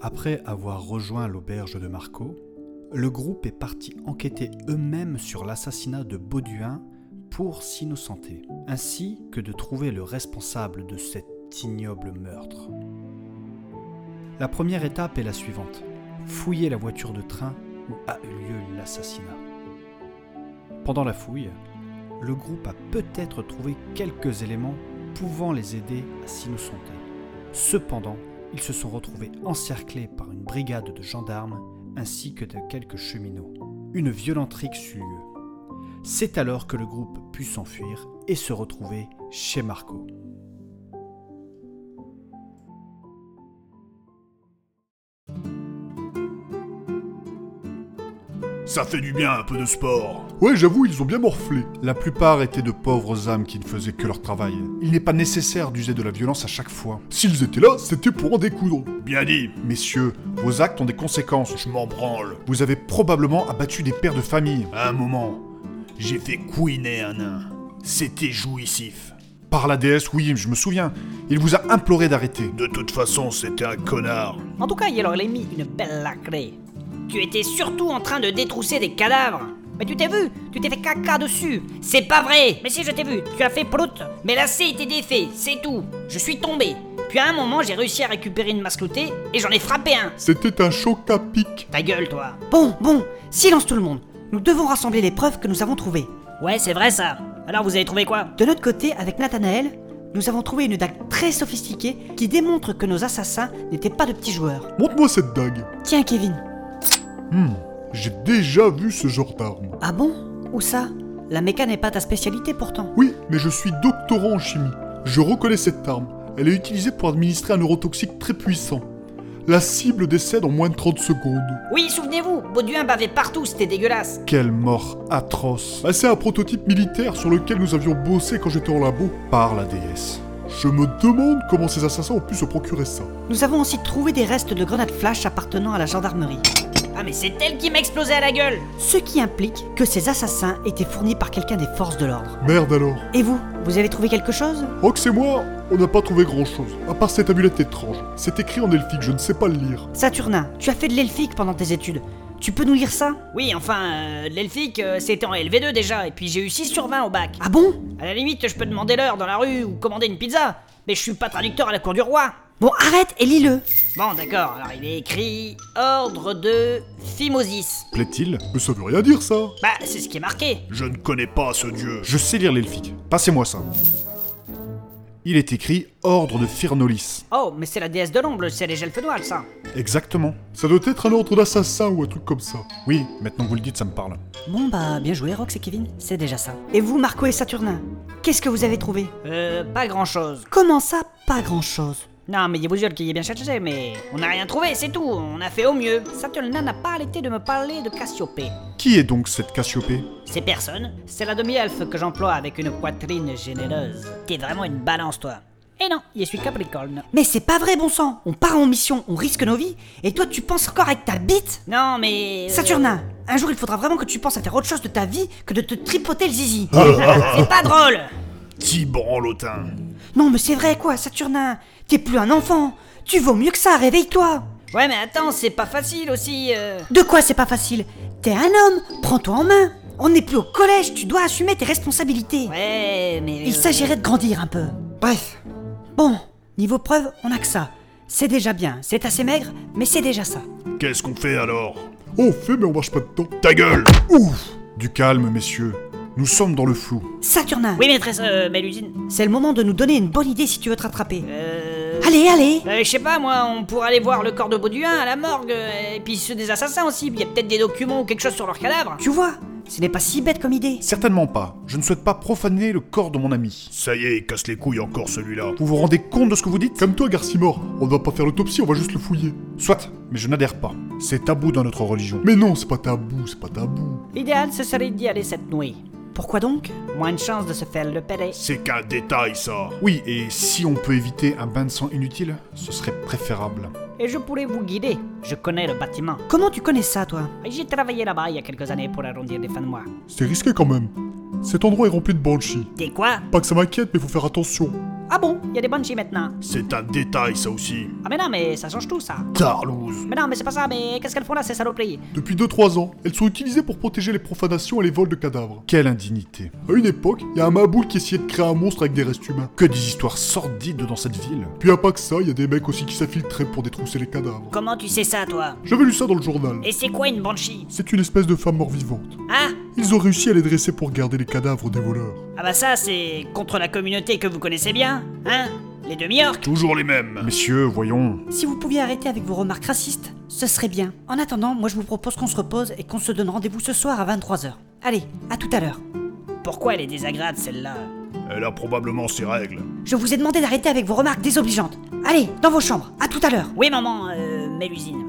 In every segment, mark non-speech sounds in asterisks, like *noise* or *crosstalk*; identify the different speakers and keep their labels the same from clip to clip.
Speaker 1: Après avoir rejoint l'auberge de Marco, le groupe est parti enquêter eux-mêmes sur l'assassinat de Bauduin pour s'innocenter, ainsi que de trouver le responsable de cet ignoble meurtre. La première étape est la suivante. Fouiller la voiture de train où a eu lieu l'assassinat. Pendant la fouille, le groupe a peut-être trouvé quelques éléments pouvant les aider à s'innocenter. Cependant, ils se sont retrouvés encerclés par une brigade de gendarmes ainsi que de quelques cheminots. Une violente rixe eut lieu. C'est alors que le groupe put s'enfuir et se retrouver chez Marco.
Speaker 2: Ça fait du bien un peu de sport.
Speaker 3: Ouais, j'avoue, ils ont bien morflé. La plupart étaient de pauvres âmes qui ne faisaient que leur travail. Il n'est pas nécessaire d'user de la violence à chaque fois. S'ils étaient là, c'était pour en découdre.
Speaker 2: Bien dit,
Speaker 3: Messieurs, vos actes ont des conséquences.
Speaker 2: je m'en branle.
Speaker 3: Vous avez probablement abattu des pères de famille.
Speaker 2: À un moment, j'ai fait couiner un nain. C'était jouissif.
Speaker 3: Par la déesse, oui, je me souviens. Il vous a imploré d'arrêter.
Speaker 2: De toute façon, c'était un connard.
Speaker 4: En tout cas, il leur a mis une belle lacrée. Tu étais surtout en train de détrousser des cadavres. Mais tu t'es vu, tu t'es fait caca dessus. C'est pas vrai. Mais si je t'ai vu, tu as fait prout. Mais là, c'est été défait, c'est tout. Je suis tombé. Puis à un moment, j'ai réussi à récupérer une masclotée et j'en ai frappé un.
Speaker 3: C'était un choc à pic.
Speaker 4: Ta gueule, toi.
Speaker 5: Bon, bon, silence tout le monde. Nous devons rassembler les preuves que nous avons trouvées.
Speaker 4: Ouais, c'est vrai ça. Alors, vous avez trouvé quoi
Speaker 5: De notre côté, avec Nathanaël, nous avons trouvé une dague très sophistiquée qui démontre que nos assassins n'étaient pas de petits joueurs.
Speaker 3: Montre-moi cette dague. Hmm,
Speaker 5: Tiens, Kevin.
Speaker 3: J'ai déjà vu ce genre d'arme.
Speaker 5: Ah bon Où ça La méca n'est pas ta spécialité pourtant.
Speaker 3: Oui, mais je suis doctorant en chimie. Je reconnais cette arme. Elle est utilisée pour administrer un neurotoxique très puissant. La cible décède en moins de 30 secondes.
Speaker 4: Oui, souvenez-vous, Bauduin bavait partout, c'était dégueulasse.
Speaker 3: Quelle mort atroce. Bah, c'est un prototype militaire sur lequel nous avions bossé quand j'étais en labo. Par la déesse. Je me demande comment ces assassins ont pu se procurer ça.
Speaker 5: Nous avons aussi trouvé des restes de grenades flash appartenant à la gendarmerie.
Speaker 4: Ah, mais c'est elle qui m'a explosé à la gueule.
Speaker 5: Ce qui implique que ces assassins étaient fournis par quelqu'un des forces de l'ordre.
Speaker 3: Merde alors.
Speaker 5: Et vous Vous avez trouvé quelque chose
Speaker 3: Rox et moi, on n'a pas trouvé grand chose, à part cette amulette étrange. C'est écrit en elfique, je ne sais pas le lire.
Speaker 5: Saturnin, Ah, tu as fait de l'elfique pendant tes études. Tu peux nous lire ça
Speaker 4: Oui, enfin, euh, l'elfique, euh, c'était en LV2 déjà, et puis j'ai eu 6 sur 20 au bac.
Speaker 5: Ah bon
Speaker 4: À la limite, je peux demander l'heure dans la rue ou commander une pizza, mais je suis pas traducteur à la cour du roi.
Speaker 5: Bon, arrête et lis-le.
Speaker 4: Bon, d'accord, alors il est écrit Ordre de Phimosis.
Speaker 3: Plaît-il Mais ça veut rien dire ça.
Speaker 4: Bah, c'est ce qui est marqué.
Speaker 2: Je ne connais pas ce dieu.
Speaker 3: Je sais lire l'elfique. Passez-moi ça. Il est écrit Ordre de Firnolis.
Speaker 4: Oh, mais c'est la déesse de l'ombre, c'est les gels noirs, ça.
Speaker 3: Exactement. Ça doit être un ordre d'assassin ou un truc comme ça. Oui, maintenant que vous le dites, ça me parle.
Speaker 5: Bon bah, bien joué Rox et Kevin, c'est déjà ça. Et vous, Marco et Saturnin, qu'est-ce que vous avez trouvé
Speaker 4: Euh, pas grand chose.
Speaker 5: Comment ça, pas grand-chose
Speaker 4: Non, mais il y a vos yeux qui est bien cherché, mais on n'a rien trouvé, c'est tout, on a fait au mieux. Saturnina n'a pas arrêté de me parler de Cassiopée.
Speaker 3: Qui est donc cette Cassiopée
Speaker 4: C'est personne, c'est la demi-elfe que j'emploie avec une poitrine généreuse. T'es vraiment une balance, toi. Et non, je suis Capricorne.
Speaker 5: Mais c'est pas vrai, bon sang On part en mission, on risque nos vies, et toi tu penses encore avec ta bite
Speaker 4: Non, mais. euh,
Speaker 5: Saturnin, un jour il faudra vraiment que tu penses à faire autre chose de ta vie que de te tripoter le zizi.
Speaker 4: *laughs* Ah. C'est pas drôle
Speaker 2: Tibranlotin.
Speaker 5: non mais c'est vrai quoi, Saturnin T'es plus un enfant Tu vaux mieux que ça, réveille-toi
Speaker 4: Ouais, mais attends, c'est pas facile aussi. euh.
Speaker 5: De quoi c'est pas facile T'es un homme, prends-toi en main On n'est plus au collège, tu dois assumer tes responsabilités
Speaker 4: Ouais, mais.
Speaker 5: Il
Speaker 4: euh,
Speaker 5: s'agirait de grandir un peu. Bref. Bon, niveau preuve, on a que ça. C'est déjà bien, c'est assez maigre, mais c'est déjà ça.
Speaker 2: Qu'est-ce qu'on fait alors
Speaker 3: On fait, Oh, mais on marche pas dedans.
Speaker 2: Ta gueule
Speaker 3: Ouf Du calme, messieurs. Nous sommes dans le flou.
Speaker 5: Saturnin,
Speaker 4: Oui, maîtresse, euh, belle usine.
Speaker 5: c'est le moment de nous donner une bonne idée si tu veux te rattraper.
Speaker 4: Euh.
Speaker 5: Allez, allez
Speaker 4: euh, je sais pas, moi, on pourrait aller voir le corps de Bauduin à la morgue, euh, et puis ceux des assassins aussi. Il y a peut-être des documents ou quelque chose sur leur cadavre.
Speaker 5: Tu vois, ce n'est pas si bête comme idée.
Speaker 3: Certainement pas. Je ne souhaite pas profaner le corps de mon ami.
Speaker 2: Ça y est, il casse les couilles encore celui-là.
Speaker 3: Vous vous rendez compte de ce que vous dites Calme-toi, Garcimore. On ne va pas faire l'autopsie, on va juste le fouiller. Soit, mais je n'adhère pas. C'est tabou dans notre religion. Mais non, c'est pas tabou, c'est pas tabou.
Speaker 4: L'idéal, ce serait d'y aller cette nuit.
Speaker 5: Pourquoi donc
Speaker 4: Moins de chances de se faire le pédé.
Speaker 2: C'est qu'un détail, ça.
Speaker 3: Oui, et si on peut éviter un bain de sang inutile, ce serait préférable.
Speaker 4: Et je pourrais vous guider. Je connais le bâtiment.
Speaker 5: Comment tu connais ça, toi
Speaker 4: J'ai travaillé là-bas il y a quelques années pour arrondir les fins de mois.
Speaker 3: C'est risqué quand même. Cet endroit est rempli de banshees.
Speaker 4: T'es quoi
Speaker 3: Pas que ça m'inquiète, mais faut faire attention.
Speaker 4: Ah bon, il y a des banshees maintenant.
Speaker 2: C'est un détail, ça aussi.
Speaker 4: Ah mais non, mais ça change tout ça.
Speaker 2: Tarlouse.
Speaker 4: Mais non, mais c'est pas ça, mais qu'est-ce qu'elles font là, ces saloperies
Speaker 3: Depuis 2-3 ans, elles sont utilisées pour protéger les profanations et les vols de cadavres.
Speaker 1: Quelle indignité.
Speaker 3: À une époque, il y a un maboule qui essayait de créer un monstre avec des restes humains.
Speaker 1: Que des histoires sordides dans cette ville.
Speaker 3: Puis à pas que ça, il y a des mecs aussi qui s'infiltraient pour détrousser les cadavres.
Speaker 4: Comment tu sais ça, toi
Speaker 3: J'avais lu ça dans le journal.
Speaker 4: Et c'est quoi une banshee
Speaker 3: C'est une espèce de femme mort-vivante.
Speaker 4: Hein
Speaker 3: Ils ont réussi à les dresser pour garder les cadavres des voleurs.
Speaker 4: Ah bah ça, c'est contre la communauté que vous connaissez bien, hein Les demi-orques
Speaker 2: Toujours les mêmes.
Speaker 1: Messieurs, voyons.
Speaker 5: Si vous pouviez arrêter avec vos remarques racistes, ce serait bien. En attendant, moi je vous propose qu'on se repose et qu'on se donne rendez-vous ce soir à 23h. Allez, à tout à l'heure.
Speaker 4: Pourquoi elle est désagréable, celle-là
Speaker 2: Elle a probablement ses règles.
Speaker 5: Je vous ai demandé d'arrêter avec vos remarques désobligeantes. Allez, dans vos chambres, à tout à l'heure.
Speaker 4: Oui, maman, euh, mets l'usine.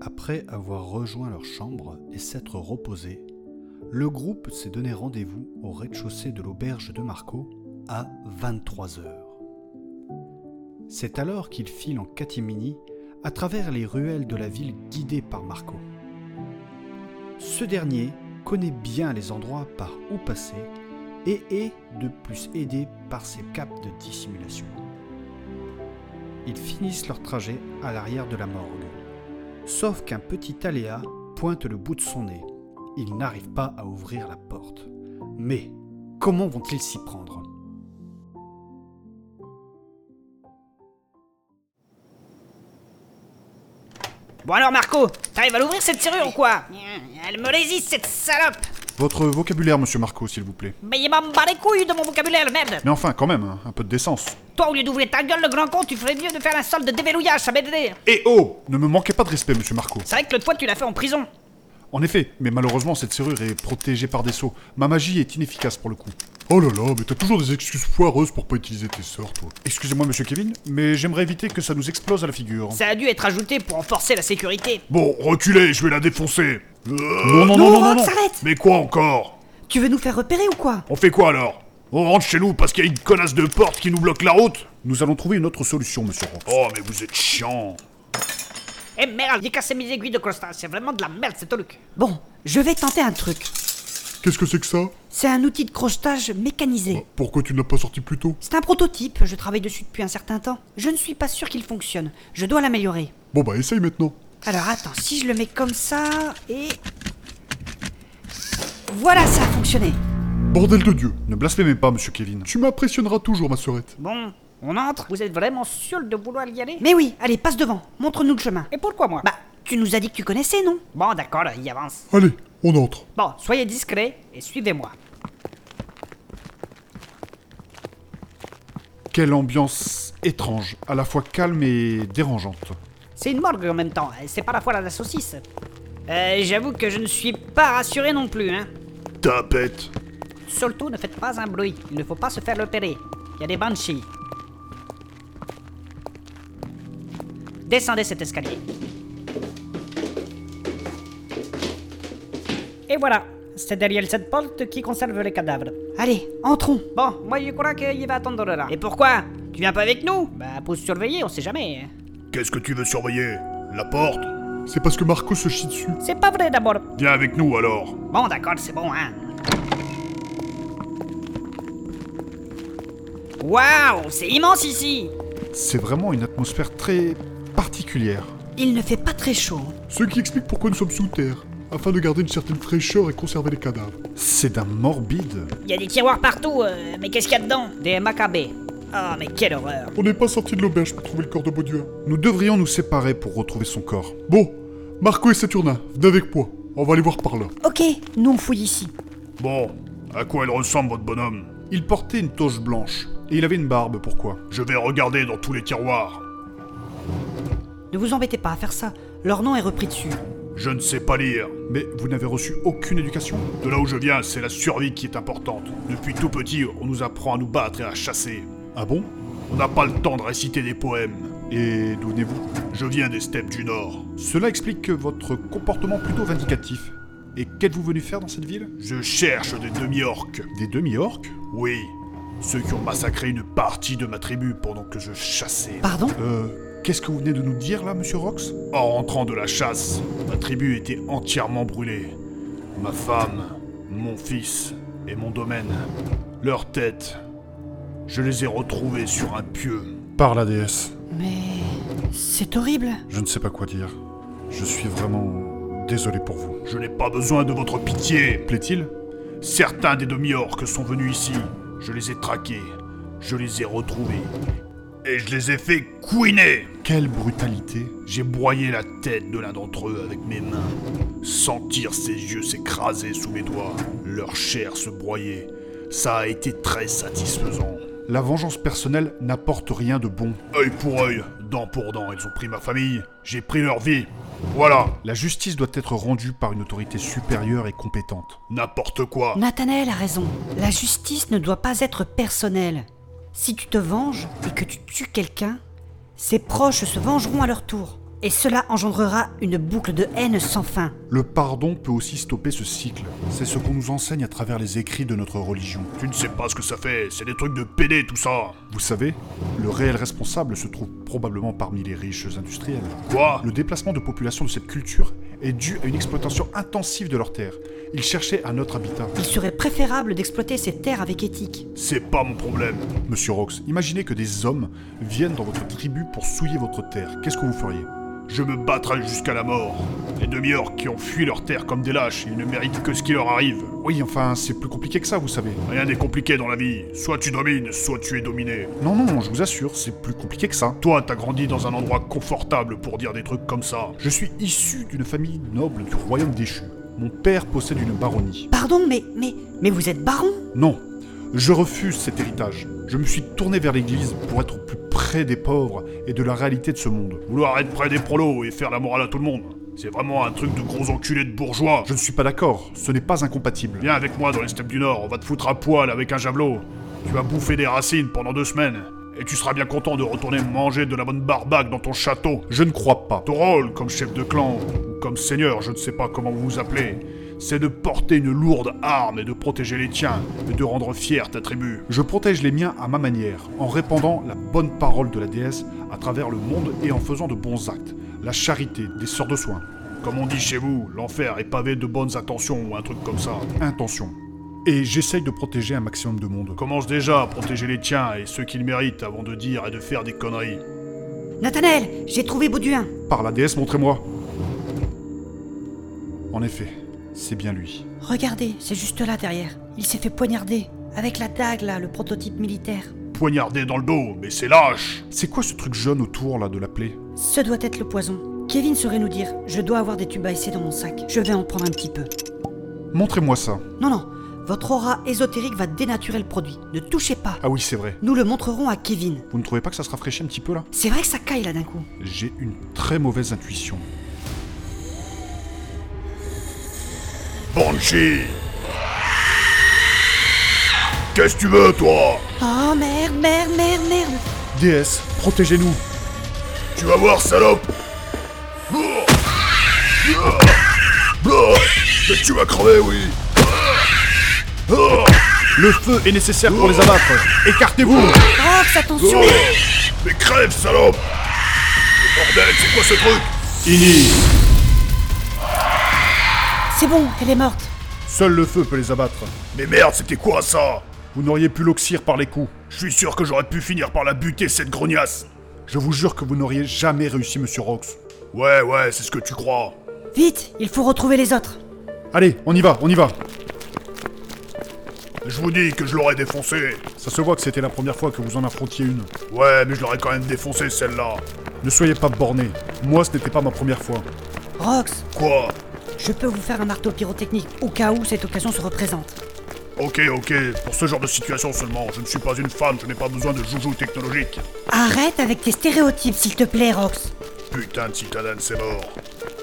Speaker 1: Après avoir rejoint leur chambre et s'être reposé, le groupe s'est donné rendez-vous au rez-de-chaussée de l'auberge de Marco à 23h. C'est alors qu'ils filent en catimini à travers les ruelles de la ville guidés par Marco. Ce dernier connaît bien les endroits par où passer et est de plus aidé par ses capes de dissimulation. Ils finissent leur trajet à l'arrière de la morgue. Sauf qu'un petit aléa pointe le bout de son nez. Il n'arrive pas à ouvrir la porte. Mais comment vont-ils s'y prendre
Speaker 4: Bon alors, Marco, t'arrives à l'ouvrir cette serrure ou quoi Elle me résiste, cette salope
Speaker 3: Votre vocabulaire, monsieur Marco, s'il vous plaît.
Speaker 4: Mais il m'en bat les couilles de mon vocabulaire, merde
Speaker 3: Mais enfin, quand même, hein, un peu de décence.
Speaker 4: Toi, au lieu d'ouvrir ta gueule, le grand con, tu ferais mieux de faire un solde de déverrouillage, ça m'aiderait
Speaker 3: Eh oh Ne me manquez pas de respect, monsieur Marco.
Speaker 4: C'est vrai que l'autre fois, tu l'as fait en prison.
Speaker 3: En effet, mais malheureusement, cette serrure est protégée par des sceaux. Ma magie est inefficace pour le coup. Oh là là, mais t'as toujours des excuses foireuses pour pas utiliser tes sorts, toi.
Speaker 1: Excusez-moi, monsieur Kevin, mais j'aimerais éviter que ça nous explose à la figure.
Speaker 4: Ça a dû être ajouté pour renforcer la sécurité.
Speaker 2: Bon, reculez, je vais la défoncer. Euh,
Speaker 1: Non, non, non, non, non,
Speaker 5: Rox,
Speaker 1: non.
Speaker 5: arrête
Speaker 2: Mais quoi encore
Speaker 5: Tu veux nous faire repérer ou quoi
Speaker 2: On fait quoi alors On rentre chez nous parce qu'il y a une connasse de porte qui nous bloque la route
Speaker 1: Nous allons trouver une autre solution, monsieur Rock.
Speaker 2: Oh, mais vous êtes chiant.
Speaker 4: Eh merde, j'ai cassé mes aiguilles de costard, c'est vraiment de la merde, ce truc
Speaker 5: Bon, je vais tenter un truc.
Speaker 3: Qu'est-ce que c'est que ça
Speaker 5: C'est un outil de crochetage mécanisé.
Speaker 3: Pourquoi tu ne l'as pas sorti plus tôt
Speaker 5: C'est un prototype, je travaille dessus depuis un certain temps. Je ne suis pas sûr qu'il fonctionne. Je dois l'améliorer.
Speaker 3: Bon bah, essaye maintenant.
Speaker 5: Alors attends, si je le mets comme ça et... Voilà, ça a fonctionné.
Speaker 3: Bordel de Dieu
Speaker 1: Ne blasphémez pas, monsieur Kevin.
Speaker 3: Tu m'impressionneras toujours, ma sœurette.
Speaker 4: Bon, on entre Vous êtes vraiment sûr de vouloir y aller
Speaker 5: Mais oui, allez, passe devant, montre-nous le chemin.
Speaker 4: Et pourquoi moi
Speaker 5: Bah, tu nous as dit que tu connaissais, non
Speaker 4: Bon, d'accord, il avance.
Speaker 3: Allez, on entre.
Speaker 4: Bon, soyez discret et suivez-moi.
Speaker 1: Quelle ambiance étrange, à la fois calme et dérangeante.
Speaker 4: C'est une morgue en même temps, et c'est pas la foire à la saucisse. Euh, J'avoue que je ne suis pas rassuré non plus, hein.
Speaker 2: Tapette.
Speaker 4: Surtout, ne faites pas un bruit, il ne faut pas se faire repérer. Il y a des banshees. Descendez cet escalier. Et voilà, c'est derrière cette porte qui conserve les cadavres.
Speaker 5: Allez, entrons.
Speaker 4: Bon, moi je crois qu'il va attendre là. Et pourquoi Tu viens pas avec nous Bah, pour surveiller, on sait jamais. hein.
Speaker 2: Qu'est-ce que tu veux surveiller La porte
Speaker 3: C'est parce que Marco se chie dessus.
Speaker 4: C'est pas vrai d'abord.
Speaker 2: Viens avec nous alors.
Speaker 4: Bon, d'accord, c'est bon, hein. Waouh, c'est immense ici
Speaker 1: C'est vraiment une atmosphère très particulière.
Speaker 5: Il ne fait pas très chaud.
Speaker 3: Ce qui explique pourquoi nous sommes sous terre, afin de garder une certaine fraîcheur et conserver les cadavres.
Speaker 1: C'est d'un morbide.
Speaker 4: Il y a des tiroirs partout, euh, mais qu'est-ce qu'il y a dedans Des macabées. Ah, mais quelle horreur
Speaker 3: On n'est pas sorti de l'auberge pour trouver le corps de Bauduin.
Speaker 1: Nous devrions nous séparer pour retrouver son corps.
Speaker 3: Bon, Marco et Saturnin, venez avec moi. On va aller voir par là.
Speaker 5: Ok, nous on fouille ici.
Speaker 2: Bon, à quoi elle ressemble votre bonhomme
Speaker 1: Il portait une toche blanche. Et il avait une barbe, pourquoi
Speaker 2: Je vais regarder dans tous les tiroirs.
Speaker 5: Ne vous embêtez pas à faire ça, leur nom est repris dessus.
Speaker 2: Je ne sais pas lire.
Speaker 1: Mais vous n'avez reçu aucune éducation
Speaker 2: De là où je viens, c'est la survie qui est importante. Depuis tout petit, on nous apprend à nous battre et à chasser.
Speaker 1: Ah bon
Speaker 2: On n'a pas le temps de réciter des poèmes.
Speaker 1: Et d'où venez-vous
Speaker 2: Je viens des steppes du Nord.
Speaker 1: Cela explique votre comportement plutôt vindicatif. Et qu'êtes-vous venu faire dans cette ville
Speaker 2: Je cherche des demi-orques.
Speaker 1: Des demi-orques
Speaker 2: Oui, Ceux qui ont massacré une partie de ma tribu pendant que je chassais.
Speaker 5: Pardon
Speaker 2: Euh, qu'est-ce que vous venez de nous dire là, monsieur Rox En rentrant de la chasse, ma tribu était entièrement brûlée. Ma femme, mon fils et mon domaine. Leurs têtes. Je les ai retrouvées sur un pieu.
Speaker 3: Par la déesse.
Speaker 5: Mais... C'est horrible
Speaker 3: Je ne sais pas quoi dire. Je suis vraiment désolé pour vous.
Speaker 2: Je n'ai pas besoin de votre pitié, plaît-il Certains des demi-orques sont venus ici. Je les ai traqués. Je les ai retrouvés. Et je les ai fait couiner
Speaker 3: Quelle brutalité
Speaker 2: J'ai broyé la tête de l'un d'entre eux avec mes mains. Sentir ses yeux s'écraser sous mes doigts, leur chair se broyer, ça a été très satisfaisant.
Speaker 3: La vengeance personnelle n'apporte rien de bon.
Speaker 2: Œil pour œil, dent pour dent, ils ont pris ma famille, j'ai pris leur vie. Voilà,
Speaker 3: La justice doit être rendue par une autorité supérieure et compétente.
Speaker 2: n'importe quoi.
Speaker 5: Nathanaël a raison. La justice ne doit pas être personnelle. Si tu te venges et que tu tues quelqu'un, ses proches se vengeront à leur tour. Et cela engendrera une boucle de haine sans fin.
Speaker 3: Le pardon peut aussi stopper ce cycle. C'est ce qu'on nous enseigne à travers les écrits de notre religion.
Speaker 2: Tu ne sais pas ce que ça fait, c'est des trucs de pédé tout ça.
Speaker 3: Vous savez, le réel responsable se trouve probablement parmi les riches industriels.
Speaker 2: Quoi
Speaker 3: Le déplacement de population de cette culture est dû à une exploitation intensive de leurs terres. Ils cherchaient un autre habitat.
Speaker 5: Il serait préférable d'exploiter ces terres avec éthique.
Speaker 2: C'est pas mon problème.
Speaker 3: Monsieur Rox, imaginez que des hommes viennent dans votre tribu pour souiller votre terre. Qu'est-ce que vous feriez
Speaker 2: Je me battrai jusqu'à la mort. Les demi-orques qui ont fui leur terre comme des lâches, ils ne méritent que ce qui leur arrive.
Speaker 3: Oui, enfin, c'est plus compliqué que ça, vous savez.
Speaker 2: Rien n'est compliqué dans la vie. Soit tu domines, soit tu es dominé.
Speaker 3: Non, non, je vous assure, c'est plus compliqué que ça.
Speaker 2: Toi, t'as grandi dans un endroit confortable pour dire des trucs comme ça.
Speaker 3: Je suis issu d'une famille noble du royaume déchu. Mon père possède une baronnie.
Speaker 5: Pardon, mais, mais, mais vous êtes baron
Speaker 3: Non, je refuse cet héritage. Je me suis tourné vers l'église pour être au plus près des pauvres et de la réalité de ce monde.
Speaker 2: Vouloir être près des prolos et faire la morale à tout le monde, c'est vraiment un truc de gros enculé de bourgeois.
Speaker 3: Je ne suis pas d'accord, ce n'est pas incompatible.
Speaker 2: Viens avec moi dans les steppes du Nord, on va te foutre à poil avec un javelot. Tu vas bouffer des racines pendant deux semaines. Et tu seras bien content de retourner manger de la bonne barbaque dans ton château.
Speaker 3: Je ne crois pas.
Speaker 2: Ton rôle comme chef de clan, ou comme seigneur, je ne sais pas comment vous vous appelez, c'est de porter une lourde arme et de protéger les tiens, et de rendre fière ta tribu.
Speaker 3: Je protège les miens à ma manière, en répandant la bonne parole de la déesse à travers le monde et en faisant de bons actes. La charité, des sorts de soins,
Speaker 2: Comme on dit chez vous, l'enfer est pavé de bonnes intentions ou un truc comme ça.
Speaker 3: intention. Et j'essaye de protéger un maximum de monde.
Speaker 2: Commence déjà à protéger les tiens et ceux qu'ils méritent avant de dire et de faire des conneries.
Speaker 5: Nathanaël, j'ai trouvé Bauduin.
Speaker 3: Par la déesse, montrez-moi. En effet, c'est bien lui.
Speaker 5: Regardez, c'est juste là derrière. Il s'est fait poignarder. Avec la dague là, le prototype militaire.
Speaker 2: Poignarder dans le dos, mais c'est lâche
Speaker 3: C'est quoi ce truc jaune autour là de la plaie
Speaker 5: Ce doit être le poison. Kevin saurait nous dire, je dois avoir des tubes à essai dans mon sac. Je vais en prendre un petit peu.
Speaker 3: Montrez-moi ça.
Speaker 5: Non, non, votre aura ésotérique va dénaturer le produit. Ne touchez pas.
Speaker 3: Ah oui, c'est vrai.
Speaker 5: Nous le montrerons à Kevin.
Speaker 3: Vous ne trouvez pas que ça se rafraîchit un petit peu là
Speaker 5: C'est vrai que ça caille là d'un coup.
Speaker 3: J'ai une très mauvaise intuition.
Speaker 2: Banshee Qu'est-ce que tu veux, toi
Speaker 5: Oh merde, merde, merde, merde.
Speaker 3: Déesse, protégez-nous
Speaker 2: Tu vas voir, salope Mais tu vas crever, oui
Speaker 3: Le feu est nécessaire pour les abattre Écartez-vous
Speaker 5: Rox, attention.
Speaker 2: Mais crève, salope Mais bordel, c'est quoi ce truc
Speaker 3: Ini
Speaker 5: C'est bon, elle est morte.
Speaker 3: Seul le feu peut les abattre.
Speaker 2: Mais merde, c'était quoi, ça
Speaker 3: Vous n'auriez pu l'oxyre par les coups.
Speaker 2: Je suis sûr que j'aurais pu finir par la buter, cette grognasse
Speaker 3: Je vous jure que vous n'auriez jamais réussi, monsieur Rox.
Speaker 2: Ouais, ouais, c'est ce que tu crois.
Speaker 5: Vite, il faut retrouver les autres.
Speaker 3: Allez, on y va, on y va
Speaker 2: Je vous dis que je l'aurais défoncé.
Speaker 3: Ça se voit que c'était la première fois que vous en affrontiez une.
Speaker 2: Ouais, mais je l'aurais quand même défoncé, celle-là.
Speaker 3: Ne soyez pas borné. Moi, ce n'était pas ma première fois.
Speaker 5: Rox,
Speaker 2: Quoi
Speaker 5: je peux vous faire un marteau pyrotechnique au cas où cette occasion se représente.
Speaker 2: Ok, ok, pour ce genre de situation seulement, je ne suis pas une femme, je n'ai pas besoin de joujou technologique.
Speaker 5: Arrête avec tes stéréotypes, s'il te plaît, Rox.
Speaker 2: Putain de citadane, c'est mort.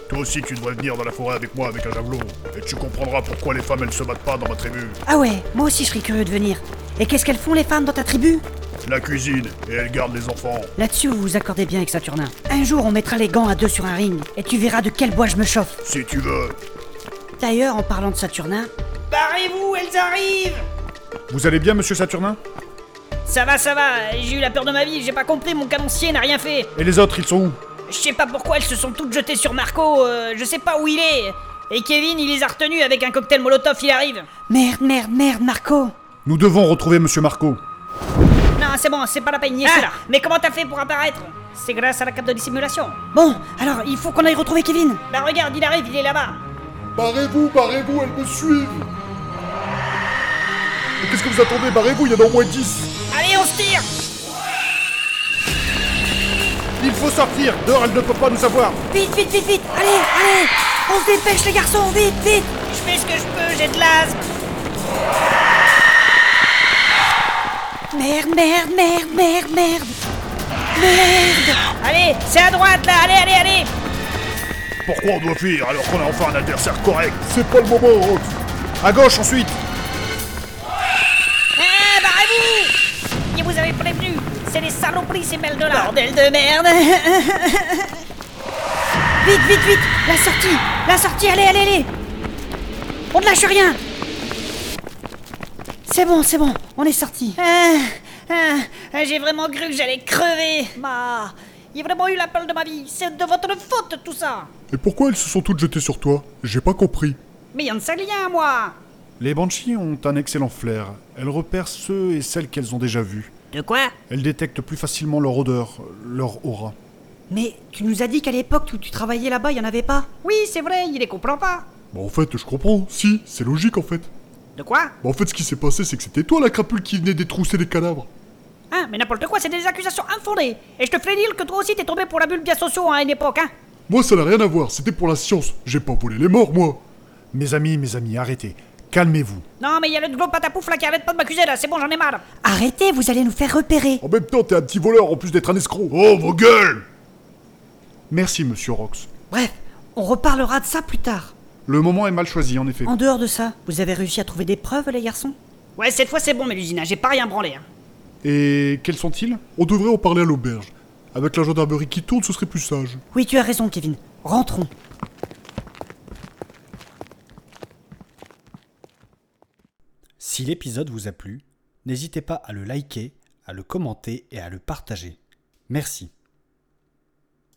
Speaker 2: Toi aussi, tu devrais venir dans la forêt avec moi avec un javelot, et tu comprendras pourquoi les femmes elles se battent pas dans ma tribu.
Speaker 5: Ah ouais, moi aussi je serais curieux de venir. Et qu'est-ce qu'elles font les femmes dans ta tribu
Speaker 2: La cuisine, et elles gardent les enfants.
Speaker 5: Là-dessus, vous vous accordez bien avec Saturnin. Un jour, on mettra les gants à deux sur un ring, et tu verras de quel bois je me chauffe.
Speaker 2: Si tu veux.
Speaker 5: D'ailleurs, en parlant de Saturnin,
Speaker 4: Barrez-vous, elles arrivent
Speaker 3: Vous allez bien, monsieur Saturnin
Speaker 4: Ça va, ça va, j'ai eu la peur de ma vie, j'ai pas compris, mon canoncier n'a rien fait.
Speaker 2: Et les autres, ils sont où
Speaker 4: Je sais pas pourquoi elles se sont toutes jetées sur Marco, euh, je sais pas où il est. Et Kevin, il les a retenus avec un cocktail Molotov, il arrive.
Speaker 5: Merde, merde, merde, Marco
Speaker 2: Nous devons retrouver Monsieur Marco.
Speaker 4: Non, c'est bon, c'est pas la peine, il est là. Mais comment t'as fait pour apparaître C'est grâce à la cape de dissimulation.
Speaker 5: Bon, alors il faut qu'on aille retrouver Kevin
Speaker 4: Bah regarde, il arrive, il est là-bas.
Speaker 3: Barrez-vous, barrez-vous, elles me suivent Mais Qu'est-ce que vous attendez Barrez-vous, il y en a au moins 10
Speaker 4: Allez, on se tire
Speaker 2: Il faut sortir Dehors, elle ne peut pas nous savoir
Speaker 5: Vite, vite, vite, vite Allez, allez On se dépêche les garçons, vite, vite
Speaker 4: Je fais ce que je peux, j'ai de l'asthme.
Speaker 5: Merde, merde, merde, merde, merde Merde
Speaker 4: Allez, c'est à droite là, allez, allez, allez
Speaker 2: Pourquoi on doit fuir alors qu'on a enfin un adversaire correct
Speaker 3: C'est pas le moment, Rox
Speaker 2: À gauche ensuite
Speaker 4: Eh, barrez-vous Je vous avais prévenu, c'est les saloperies ces belles de là. Bordel de merde
Speaker 5: Vite, vite, vite La sortie La sortie, allez, allez, allez On ne lâche rien C'est bon, c'est bon, on est sorti. Euh,
Speaker 4: Ah, J'ai vraiment cru que j'allais crever. Bah, il y a vraiment eu la peur de ma vie, c'est de votre faute tout ça.
Speaker 3: Et pourquoi elles se sont toutes jetées sur toi J'ai pas compris.
Speaker 4: Mais y'en sait rien, moi
Speaker 2: Les Banshees ont un excellent flair. Elles repèrent ceux et celles qu'elles ont déjà vus.
Speaker 4: De quoi
Speaker 2: Elles détectent plus facilement leur odeur, leur aura.
Speaker 5: Mais tu nous as dit qu'à l'époque où tu travaillais là-bas, il n'y en avait pas
Speaker 4: Oui, c'est vrai, il les comprend pas.
Speaker 3: Bah en fait, je comprends, si, c'est logique en fait.
Speaker 4: De quoi
Speaker 3: Bah en fait, ce qui s'est passé, c'est que c'était toi la crapule qui venait détrousser les cadavres.
Speaker 4: Hein, mais n'importe quoi, c'est des accusations infondées. Et je te ferai dire que toi aussi t'es tombé pour la bulle bien sociaux hein, à une époque, hein
Speaker 3: Moi, ça n'a rien à voir, c'était pour la science. J'ai pas volé les morts, moi.
Speaker 2: Mes amis, mes amis, arrêtez. Calmez-vous.
Speaker 4: Non, mais il y a le gros patapouf là qui arrête pas de m'accuser là, c'est bon, j'en ai marre.
Speaker 5: Arrêtez, vous allez nous faire repérer
Speaker 3: En même temps, t'es un petit voleur en plus d'être un escroc.
Speaker 2: Oh, vos gueules Merci, monsieur Rox.
Speaker 5: Bref, on reparlera de ça plus tard.
Speaker 2: Le moment est mal choisi, en effet.
Speaker 5: En dehors de ça, vous avez réussi à trouver des preuves, les garçons
Speaker 4: Ouais, cette fois c'est bon, Mélusina, j'ai pas rien branlé. Hein.
Speaker 2: Et quels sont-ils
Speaker 3: On devrait en parler à l'auberge. Avec la gendarmerie qui tourne, ce serait plus sage.
Speaker 5: Oui, tu as raison, Kevin. Rentrons.
Speaker 1: Si l'épisode vous a plu, n'hésitez pas à le liker, à le commenter et à le partager. Merci.